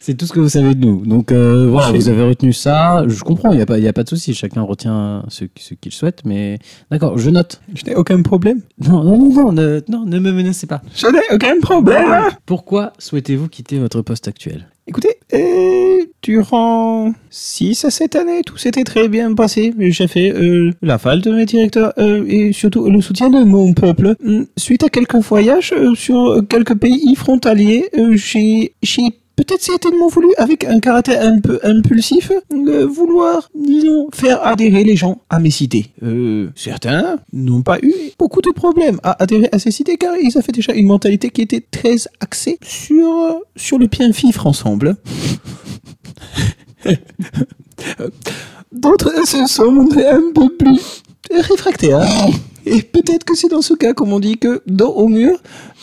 S3: C'est tout ce que vous savez de nous. Donc euh, voilà, vous avez retenu ça. Je comprends, il n'y a, pas- y a pas de souci. Chacun retient ce, ce qu'il souhaite, mais d'accord, je note.
S2: Je n'ai aucun problème.
S3: Non, non, non, non, ne, non, ne me menacez pas.
S2: Je n'ai aucun problème.
S3: Pourquoi souhaitez-vous quitter votre poste actuel
S2: Écoutez, euh, durant 6 à 7 années, tout s'était très bien passé. J'ai fait euh, la falle de mes directeurs euh, et surtout le soutien de mon peuple. Hum, Suite à quelques voyages euh, sur quelques pays frontaliers, euh, j'ai j'ai peut-être certainement voulu, avec un caractère un peu impulsif, euh, vouloir, disons, faire adhérer les gens à mes cités. Euh, certains n'ont pas eu beaucoup de problèmes à adhérer à ces cités car ils avaient déjà une mentalité qui était très axée sur, euh, sur le bien vivre ensemble. D'autres euh, se sont montrés un peu plus réfractaires. Et peut-être que c'est dans ce cas, comme on dit, que dos au mur,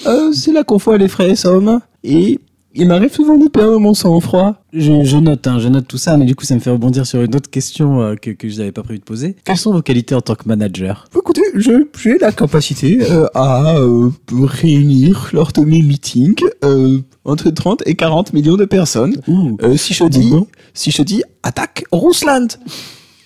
S2: euh, c'est là qu'on voit les frais sommes. Et il m'arrive souvent de perdre mon sang-froid.
S3: Je, je note, hein, je note tout ça, mais du coup, ça me fait rebondir sur une autre question euh, que, que je n'avais pas prévu de poser. Quelles sont vos qualités en tant que manager
S2: Écoutez, je- j'ai la capacité euh, à euh, réunir lors de mes meetings euh, entre 30 et 40 millions de personnes. Euh, si je dis,
S3: Ah
S2: si je dis, attaque Rusland.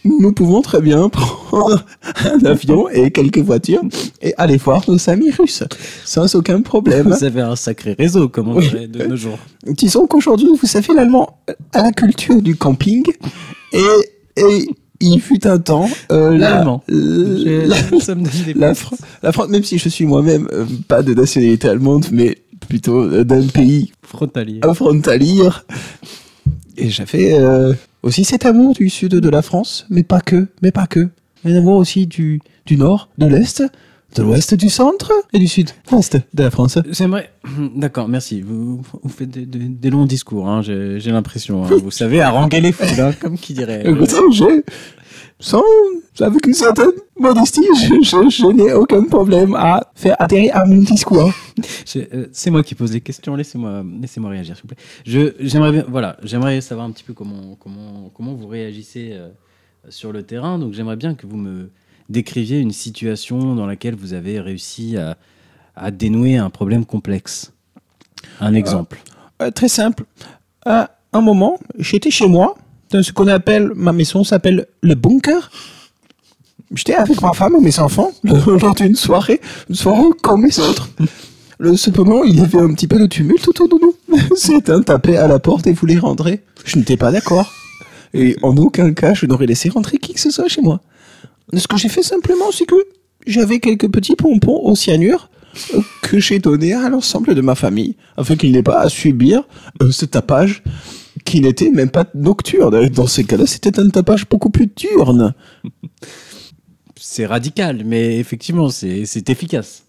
S2: Nous pouvons très bien *laughs* prendre un avion et quelques voitures et aller voir nos amis russes sans aucun
S3: *laughs*
S2: problème.
S3: Vous avez un sacré réseau, comme on
S2: Eh ben. Oui.
S3: dirait de nos jours.
S2: Disons qu'aujourd'hui, vous savez, l'allemand euh, a la culture du camping et, et il fut un temps euh, la-
S3: L'allemand.
S2: la-
S3: Je- ça me donne
S2: *laughs*
S3: des
S2: la,
S3: petites-
S2: Fran- la France, même si je suis moi-même euh, pas de nationalité allemande, mais plutôt euh, d'un pays
S3: frontalier.
S2: un frontalier. Et j'avais euh, aussi cet amour du sud de la France, mais pas que, mais pas que. Un amour aussi du, du nord, de l'est, de l'ouest, du centre et du sud-est de la France.
S3: J'aimerais. *clears throat* D'accord, merci. Vous, vous faites des, des- des
S2: *laughs*
S3: longs discours, hein, j'ai j'ai l'impression. hein. Vous savez haranguer les foules, hein, comme qui dirait.
S2: Écoutez, j'ai sans, avec une certaine modestie, je, je- je n'ai aucun problème à faire atterrir à mon discours.
S3: J'ai- euh, C'est moi qui pose les questions, laissez-moi laissez réagir, s'il vous plaît. Je- J'aimerais bien- voilà, j'aimerais savoir un petit peu comment, comment, comment vous réagissez euh, sur le terrain. Donc j'aimerais bien que vous me décriviez une situation dans laquelle vous avez réussi à, à dénouer un problème complexe. Un exemple.
S2: Euh, très simple. À un moment, j'étais chez moi, dans ce qu'on appelle, ma maison s'appelle le bunker. J'étais avec ma femme et mes enfants *laughs* le- lors d'une soirée, une soirée comme les autres. Le, cependant, il y avait un petit peu de tumulte autour de nous. *laughs* Certains tapaient à la porte et voulaient rentrer. Je n'étais pas d'accord. Et en aucun cas, je n'aurais laissé rentrer qui que ce soit chez moi. Ce que j'ai fait simplement, c'est que j'avais quelques petits pompons au cyanure euh, que j'ai donné à l'ensemble de ma famille afin qu'ils n'aient pas à subir euh, ce tapage qui n'était même pas nocturne. Dans ces cas-là, c'était un tapage beaucoup plus diurne.
S3: C'est radical, mais effectivement, c'est c'est efficace.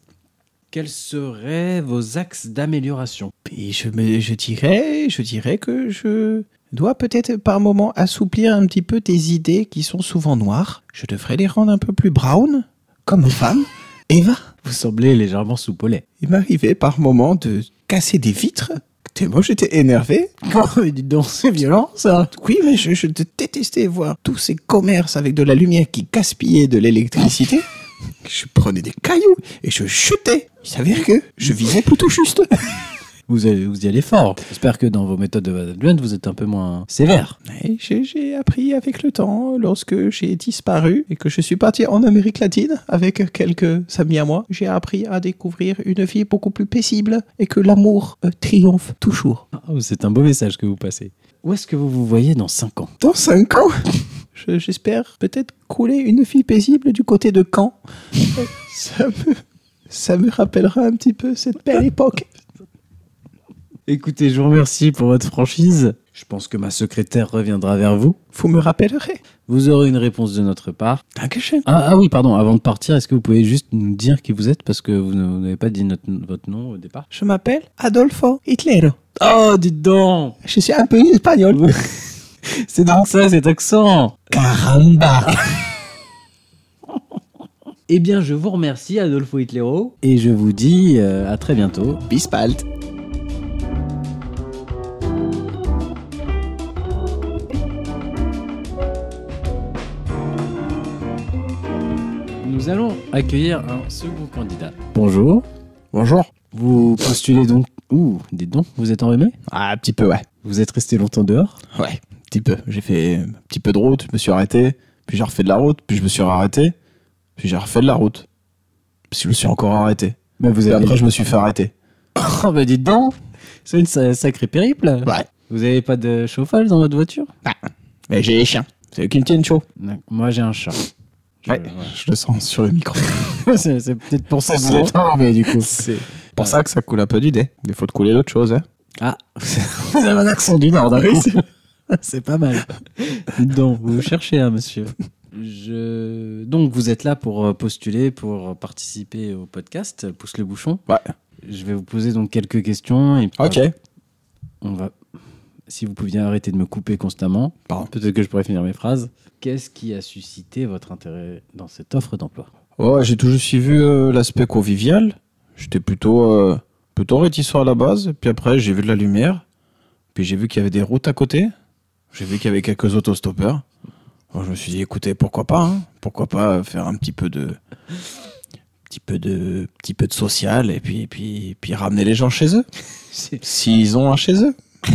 S3: Quels seraient vos axes d'amélioration
S2: Et je, me, je dirais, je dirais que je dois peut-être par moment assouplir un petit peu tes idées qui sont souvent noires. Je devrais les rendre un peu plus brown, comme femme. Eva,
S3: Vous semblez légèrement sous
S2: il m'arrivait par moment de casser des vitres. Et moi, j'étais énervé.
S3: *laughs* Oh, dis donc, c'est violent ça
S2: Oui, mais je, je détestais voir tous ces commerces avec de la lumière qui gaspillaient de l'électricité. Je prenais des cailloux et je chutais. Il s'avère que je visais plutôt juste.
S3: Vous, allez- vous y allez fort. J'espère que dans vos méthodes de management, vous êtes un peu moins sévère.
S2: Et j'ai- J'ai appris avec le temps, lorsque j'ai disparu et que je suis parti en Amérique latine avec quelques amis à moi, j'ai appris à découvrir une vie beaucoup plus paisible et que l'amour euh, triomphe toujours.
S3: Ah, c'est un beau message que vous passez. Où est-ce que vous vous voyez dans 5 ans
S2: Dans cinq ans, je- j'espère peut-être couler une fille paisible du côté de Caen. ça, me, ça me rappellera un petit peu cette belle époque.
S3: Écoutez, je vous remercie pour votre franchise. Je pense que ma secrétaire reviendra vers vous.
S2: Vous me rappellerez.
S3: Vous aurez une réponse de notre part.
S2: Dankeschön.
S3: Ah, ah oui, pardon, avant de partir, est-ce que vous pouvez juste nous dire qui vous êtes Parce que vous ne- vous n'avez pas dit notre- votre nom au départ.
S2: Je m'appelle Adolfo Hitler.
S3: Oh, dites donc
S2: Je suis un peu espagnol.
S3: C'est donc ça, cet accent
S2: Caramba.
S3: *laughs* Eh bien, je vous remercie, Adolfo Hitlero. Et je vous dis euh, à très bientôt.
S2: Bis bald.
S3: Nous allons accueillir un second candidat. Bonjour.
S2: Bonjour.
S3: Vous postulez donc. Ouh, dites donc, vous êtes enrhumé
S2: Ah, un petit peu, ouais.
S3: Vous êtes resté longtemps dehors
S2: Ouais, un petit peu. J'ai fait un petit peu de route, je me suis arrêté, puis j'ai refait de la route, puis je me suis arrêté, puis j'ai refait de la route. Puis je me suis encore arrêté.
S3: Mais Bah, vous
S2: Et
S3: avez.
S2: après, je me suis fait arrêter.
S3: *laughs* Oh, bah dites donc C'est une sa- sacrée périple
S2: Ouais.
S3: Vous avez pas de chauffage dans votre voiture
S2: Ah, Mais j'ai les chiens. C'est eux qui me tiennent chaud.
S3: Moi j'ai un chat. Je-
S2: Ouais. Je le sens sur le *laughs* micro.
S3: ouais. *laughs* c'est c'est peut-être pour ça que vous êtes-
S2: mais du coup.
S3: C'est
S2: pour ça que ça coule un peu du dé. Il faut de couler d'autres choses. *laughs* Hein.
S3: Ah, *laughs*
S2: Vous avez un accent du Nord, hein. *laughs*
S3: c'est pas mal. Dites donc, vous cherchez un monsieur. Je... Donc vous êtes là pour euh, postuler, pour participer au podcast, euh, pousse le bouchon.
S2: Ouais.
S3: Je vais vous poser donc quelques questions et puis euh,
S2: Ok.
S3: On va. Si vous pouviez arrêter de me couper constamment,
S2: Pardon.
S3: peut-être que je pourrais finir mes phrases. Qu'est-ce qui a suscité votre intérêt dans cette offre d'emploi
S2: Ouais, j'ai toujours suivi euh, l'aspect convivial. J'étais plutôt, euh, plutôt réticent à la base. Puis après, j'ai vu de la lumière. Puis j'ai vu qu'il y avait des routes à côté. J'ai vu qu'il y avait quelques autostoppeurs. Alors, je me suis dit, écoutez, pourquoi pas hein Pourquoi pas euh, faire un petit peu de, petit peu de, petit peu de social et puis, puis, puis ramener les gens chez eux s'ils ont un chez eux.
S3: *laughs* Vous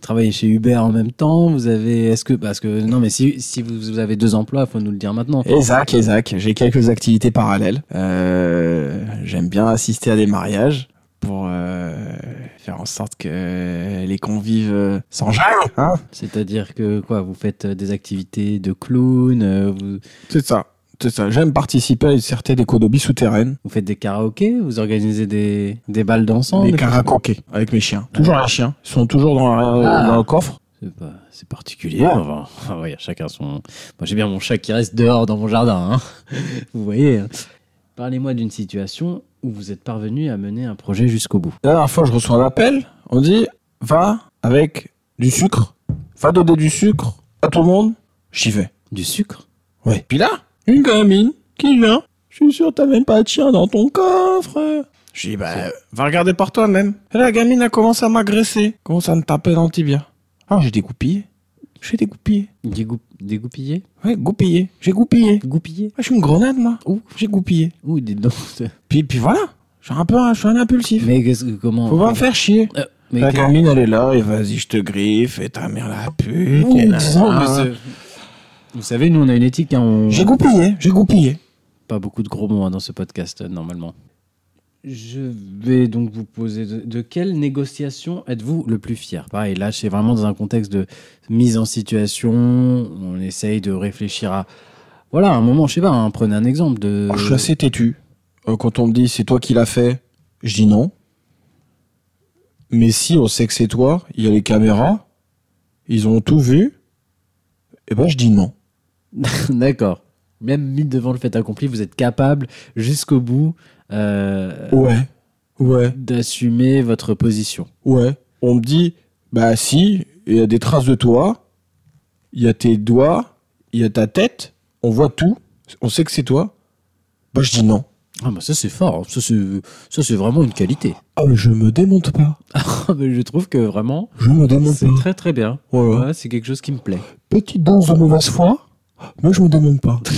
S3: travaillez chez Uber en même temps, vous avez. Est-ce que. Parce que. Non, mais si, si vous, vous avez deux emplois, faut nous le dire maintenant.
S2: Exact, exact. J'ai quelques activités parallèles. Euh, J'aime bien assister à des mariages pour euh, faire en sorte que les convives euh, s'enjaillent. Hein
S3: C'est-à-dire que quoi Vous faites euh, des activités de clown, euh, vous,
S2: c'est ça, c'est ça. J'aime participer à une certaine économie souterraine.
S3: vous faites des karaokés, vous organisez des, des balles dansant.
S2: Les
S3: des-
S2: karaokés avec mes chiens. Oh, Toujours un chien. Ils sont toujours dans, la-
S3: Ah.
S2: dans le coffre.
S3: C'est pas- c'est particulier. Enfin, enfin, *laughs* ouais, chacun son. Moi, j'ai bien mon chat qui reste dehors dans mon jardin. hein. *laughs* Vous voyez. hein. Parlez-moi d'une situation où vous êtes parvenu à mener un projet jusqu'au bout.
S2: La dernière fois, je reçois un appel. On dit va avec du sucre. Va donner du sucre à tout le monde. J'y vais.
S3: Du sucre
S2: Ouais. Puis là, une gamine qui vient. Je suis sûr, t'as même pas de chien dans ton coffre. Je dis, bah, euh, va regarder par toi-même. Et la gamine a commencé à m'agresser. Commence à me taper dans le tibia. Ah, j'ai dégoupillé. J'ai dégoupillé.
S3: Dégoupillé Dégoupillé
S2: Ouais, goupillé. J'ai goupillé.
S3: Goupillé
S2: Ah, je suis une grenade, moi. Ouh, j'ai goupillé.
S3: Ouh, dis donc.
S2: Puis, puis voilà. J'ai un peu, un- je suis un impulsif.
S3: Mais qu'est-ce que. Comment
S2: Faut pas me faire chier.
S3: Euh, mais
S2: La
S3: qu'est-
S2: gamine, elle est là, et vas-y, je te griffe, et ta mère la pute.
S3: Ouh,
S2: et là,
S3: dis donc,
S2: là.
S3: mais c'est- Ah. Vous savez, nous, on a une éthique. hein, on-
S2: J'ai goupillé, j'ai goupillé.
S3: Pas beaucoup de gros mots hein, dans ce podcast, euh, normalement. Je vais donc vous poser de, de quelle négociation êtes-vous le plus fier Pareil, là, c'est vraiment dans un contexte de mise en situation. On essaye de réfléchir à. Voilà, un moment, je sais pas, hein, prenez un exemple de.
S2: Oh, je suis assez têtu. Euh, quand on me dit c'est toi qui l'as fait, je dis non. Mais si on sait que c'est toi, il y a les caméras, ils ont tout vu, et ben je dis non.
S3: *laughs* D'accord. Même mis devant le fait accompli, vous êtes capable jusqu'au bout euh,
S2: Ouais, ouais,
S3: d'assumer votre position.
S2: ouais. On me dit bah si, il y a des traces de toi, il y a tes doigts, il y a ta tête, on voit tout, on sait que c'est toi, bah je dis non.
S3: Ah bah ça c'est fort, ça c'est, ça c'est vraiment une *laughs* qualité.
S2: Ah mais je me démonte pas,
S3: Ah bah je trouve que vraiment
S2: je me démonte
S3: c'est
S2: pas.
S3: très très bien.
S2: Ouais, ouais.
S3: Ouais, c'est quelque chose qui me plaît.
S2: Petite danse de mauvaise foi, mais je me démonte pas.
S3: *laughs*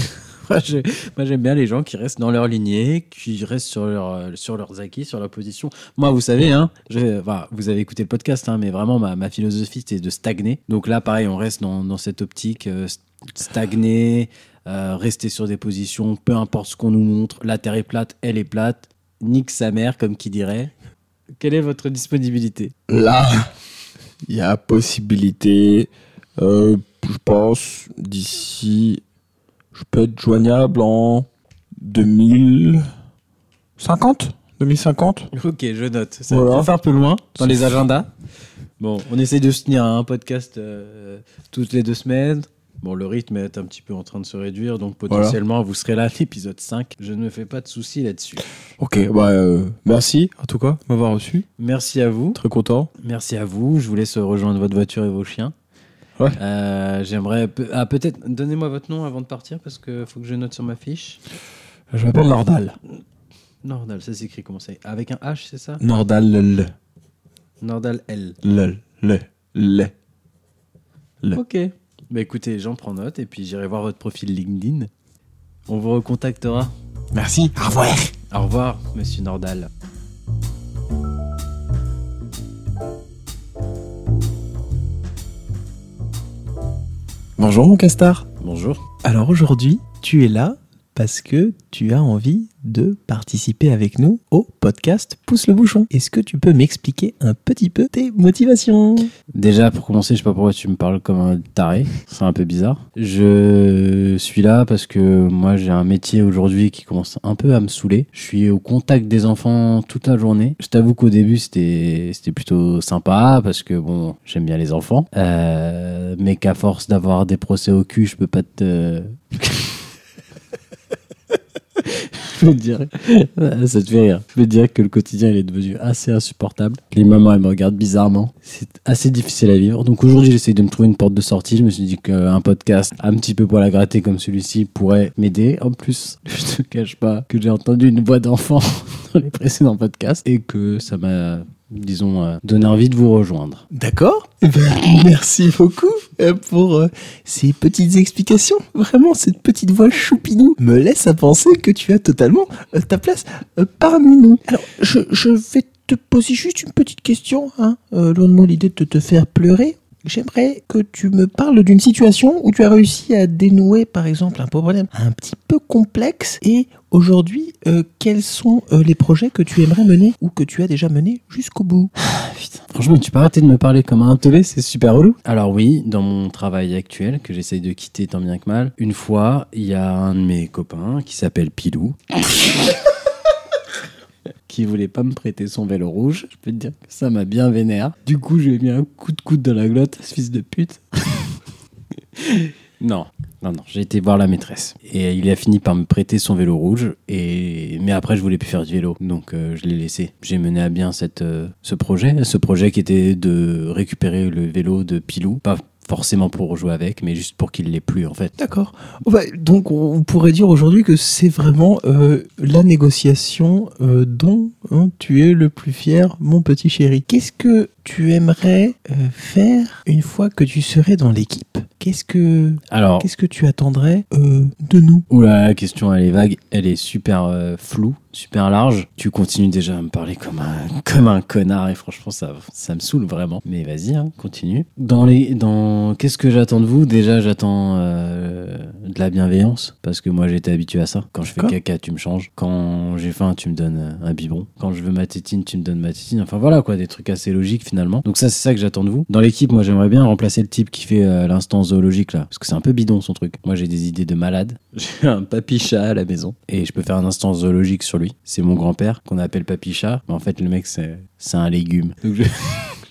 S3: Moi, j'ai- moi, j'aime bien les gens qui restent dans leur lignée, qui restent sur, leur, euh, sur leurs acquis, sur leur position. Moi, vous savez, hein, je- enfin, vous avez écouté le podcast, hein, mais vraiment, ma, ma philosophie, c'est de stagner. Donc là, pareil, on reste dans, dans cette optique euh, st- stagner, euh, rester sur des positions, peu importe ce qu'on nous montre. La Terre est plate, elle est plate. Nique sa mère, comme qui dirait. Quelle est votre disponibilité
S2: Là, il y a possibilité, euh, je pense, d'ici, je peux être joignable en 2050 2050
S3: Ok, je note. Ça
S2: Voilà.
S3: va faire un peu loin dans les agendas. Bon, on essaye de se tenir à un podcast euh, toutes les deux semaines. Bon, le rythme est un petit peu en train de se réduire, donc potentiellement, vous serez là à l'épisode 5. Je ne me fais pas de soucis là-dessus.
S2: Ok, bah, euh, merci en tout cas de m'avoir reçu,
S3: Merci à vous.
S2: très content.
S3: Merci à vous. Je vous laisse rejoindre votre voiture et vos chiens.
S2: Ouais.
S3: Euh, J'aimerais. pe- Ah, peut-être. Donnez-moi votre nom avant de partir parce que faut que je note sur ma fiche.
S2: Je m'appelle Nordal.
S3: Nordal, ça s'écrit comment c'est Avec un H, c'est ça
S2: Nordal, le,
S3: Nordal L.
S2: le, le, le. Le.
S3: Ok. Bah écoutez, j'en prends note et puis j'irai voir votre profil LinkedIn. On vous recontactera.
S2: Merci, au revoir.
S3: Au revoir, monsieur Nordal.
S2: Bonjour mon castar.
S3: Bonjour.
S5: Alors aujourd'hui, tu es là parce que tu as envie de participer avec nous au podcast Pousse le bouchon. Est-ce que tu peux m'expliquer un petit peu tes motivations
S3: Déjà, pour commencer, je sais pas pourquoi tu me parles comme un taré. C'est un peu bizarre. Je suis là parce que moi, j'ai un métier aujourd'hui qui commence un peu à me saouler. Je suis au contact des enfants toute la journée. Je t'avoue qu'au début, c'était c'était plutôt sympa parce que bon, j'aime bien les enfants. Euh, mais qu'à force d'avoir des procès au cul, je peux pas te. *laughs* Je veux dire, ça te fait rire. Je veux dire que le quotidien il est devenu assez insupportable. Les mamans elles me regardent bizarrement. C'est assez difficile à vivre. Donc aujourd'hui j'essaie de me trouver une porte de sortie. Je me suis dit qu'un podcast un petit peu poil à gratter comme celui-ci pourrait m'aider. En plus, *laughs* je te cache pas que j'ai entendu une voix d'enfant *laughs* dans les précédents podcasts et que ça m'a, disons, euh, donné envie de vous rejoindre.
S5: D'accord Eh ben, *laughs* Merci beaucoup euh, pour euh, ces petites explications. Vraiment, cette petite voix choupinou me laisse à penser que tu as totalement euh, ta place euh, parmi nous. Alors, je, je vais te poser juste une petite question, hein, euh, loin de moi l'idée de te faire pleurer. J'aimerais que tu me parles d'une situation où tu as réussi à dénouer, par exemple, un problème un petit peu complexe et aujourd'hui, euh, quels sont euh, les projets que tu aimerais mener ou que tu as déjà menés jusqu'au bout
S3: Franchement, tu peux arrêter de me parler comme un teubé, c'est super relou. Alors oui, dans mon travail actuel, que j'essaye de quitter tant bien que mal, une fois, il y a un de mes copains qui s'appelle Pilou. *laughs* qui voulait pas me prêter son vélo rouge. Je peux te dire que ça m'a bien vénère. Du coup, je lui ai mis un coup de coude dans la glotte, ce fils de pute. *laughs* non, non, non, j'ai été voir la maîtresse. Et il a fini par me prêter son vélo rouge. Et... Mais après, je voulais plus faire du vélo. Donc, euh, je l'ai laissé. J'ai mené à bien cette, euh, ce projet. Ce projet qui était de récupérer le vélo de Pilou. Pas forcément pour jouer avec, mais juste pour qu'il l'ait plus en fait.
S5: D'accord. Oh bah, donc on pourrait dire aujourd'hui que c'est vraiment euh, la négociation euh, dont hein, tu es le plus fier, mon petit chéri. Qu'est-ce que tu aimerais euh, faire une fois que tu serais dans l'équipe Qu'est-ce que
S3: Alors,
S5: qu'est-ce que tu attendrais euh, de nous
S3: oula, la question elle est vague, elle est super euh, floue, super large. Tu continues déjà à me parler comme un, *laughs* comme un connard et franchement ça, ça me saoule vraiment. Mais vas-y, hein, continue. Dans les, dans qu'est-ce que j'attends de vous Déjà j'attends euh, de la bienveillance parce que moi j'étais habitué à ça. Quand je fais
S5: D'accord.
S3: caca, tu me changes. Quand j'ai faim, tu me donnes euh, un biberon. Quand je veux ma tétine, tu me donnes ma tétine. Enfin voilà quoi, des trucs assez logiques finalement. Donc ça c'est ça que j'attends de vous. Dans l'équipe, moi j'aimerais bien remplacer le type qui fait euh, l'instant zoologique là, parce que c'est un peu bidon son truc. Moi j'ai des idées de malade. *laughs* J'ai un papy chat à la maison et je peux faire un instant zoologique sur lui. C'est mon grand-père qu'on appelle papy chat, mais en fait le mec c'est c'est un légume. Donc je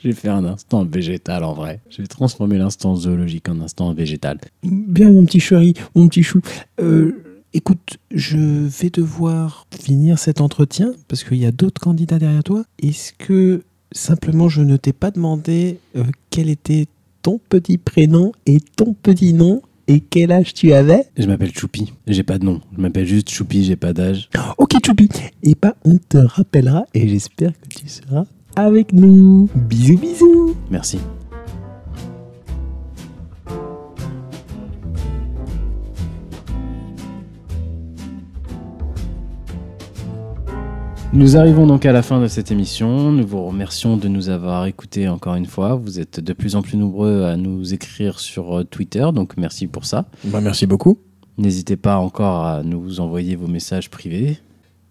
S3: je vais *laughs* faire un instant végétal en vrai. Je vais transformer l'instant zoologique en instant végétal.
S5: Bien, mon petit chéri, mon petit chou. Euh, écoute, je vais devoir finir cet entretien parce qu'il y a d'autres candidats derrière toi. Est-ce que simplement je ne t'ai pas demandé euh, quel était ton petit prénom et ton petit nom et quel âge tu avais
S3: Je m'appelle Choupi. J'ai pas de nom. Je m'appelle juste Choupi. J'ai pas d'âge.
S5: Ok, Choupi. Et bah, on te rappellera et j'espère que tu seras avec nous. Bisous, bisous.
S3: Merci. Nous arrivons donc à la fin de cette émission. Nous vous remercions de nous avoir écoutés encore une fois. Vous êtes de plus en plus nombreux à nous écrire sur euh, Twitter, donc merci pour ça.
S5: Ben, merci beaucoup.
S3: N'hésitez pas encore à nous envoyer vos messages privés.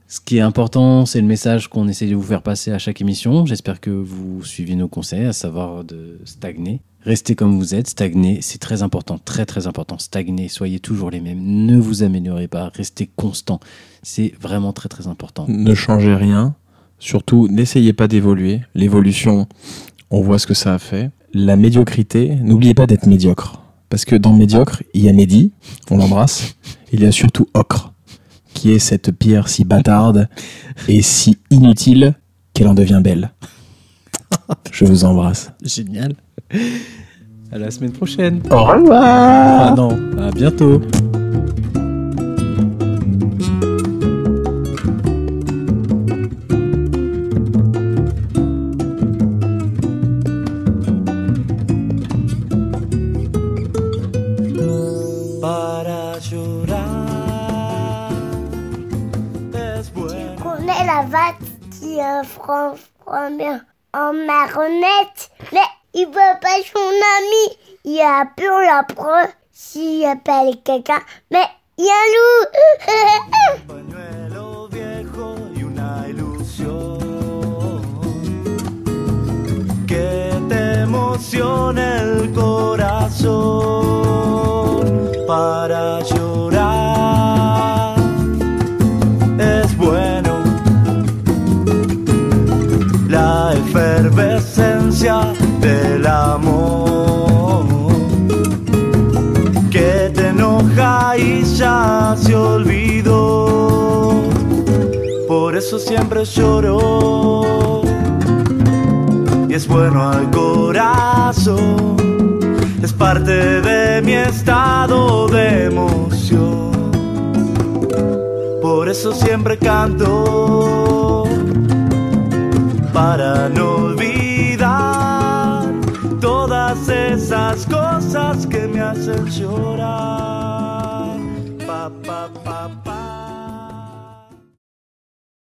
S3: Ce qui est important, c'est le message qu'on essaie de vous faire passer à chaque émission. J'espère que vous suivez nos conseils, à savoir de stagner. Restez comme vous êtes, stagnez, c'est très important, très très important. Stagnez, soyez toujours les mêmes, ne vous améliorez pas, restez constant. C'est vraiment très très important.
S6: Ne changez rien. Surtout, n'essayez pas d'évoluer. L'évolution, on voit ce que ça a fait. La médiocrité, n'oubliez pas d'être médiocre. Parce que dans médiocre, il y a Mehdi, on l'embrasse. Il y a surtout Ocre, qui est cette pierre si bâtarde et si inutile qu'elle en devient belle. Je vous embrasse.
S3: Génial. À la semaine prochaine.
S5: Au revoir.
S6: Ah non.
S3: À bientôt.
S1: Tu connais la vache qui est un franc franc bien en marionnette Mais il veut pas son ami. Il a peur la preuve s'il appelle quelqu'un. Mais il y a un loup. *laughs*
S7: pañuelo viejo y una ilusión que te emociona el corazón para llorar es bueno la efervescencia del amor que te enoja y ya se olvidó. Por eso siempre lloró. Y es bueno al corazón, es parte de mi estado de emoción. Por eso siempre canto, para no olvidar todas esas cosas que me hacen llorar. Pa, pa, pa, pa.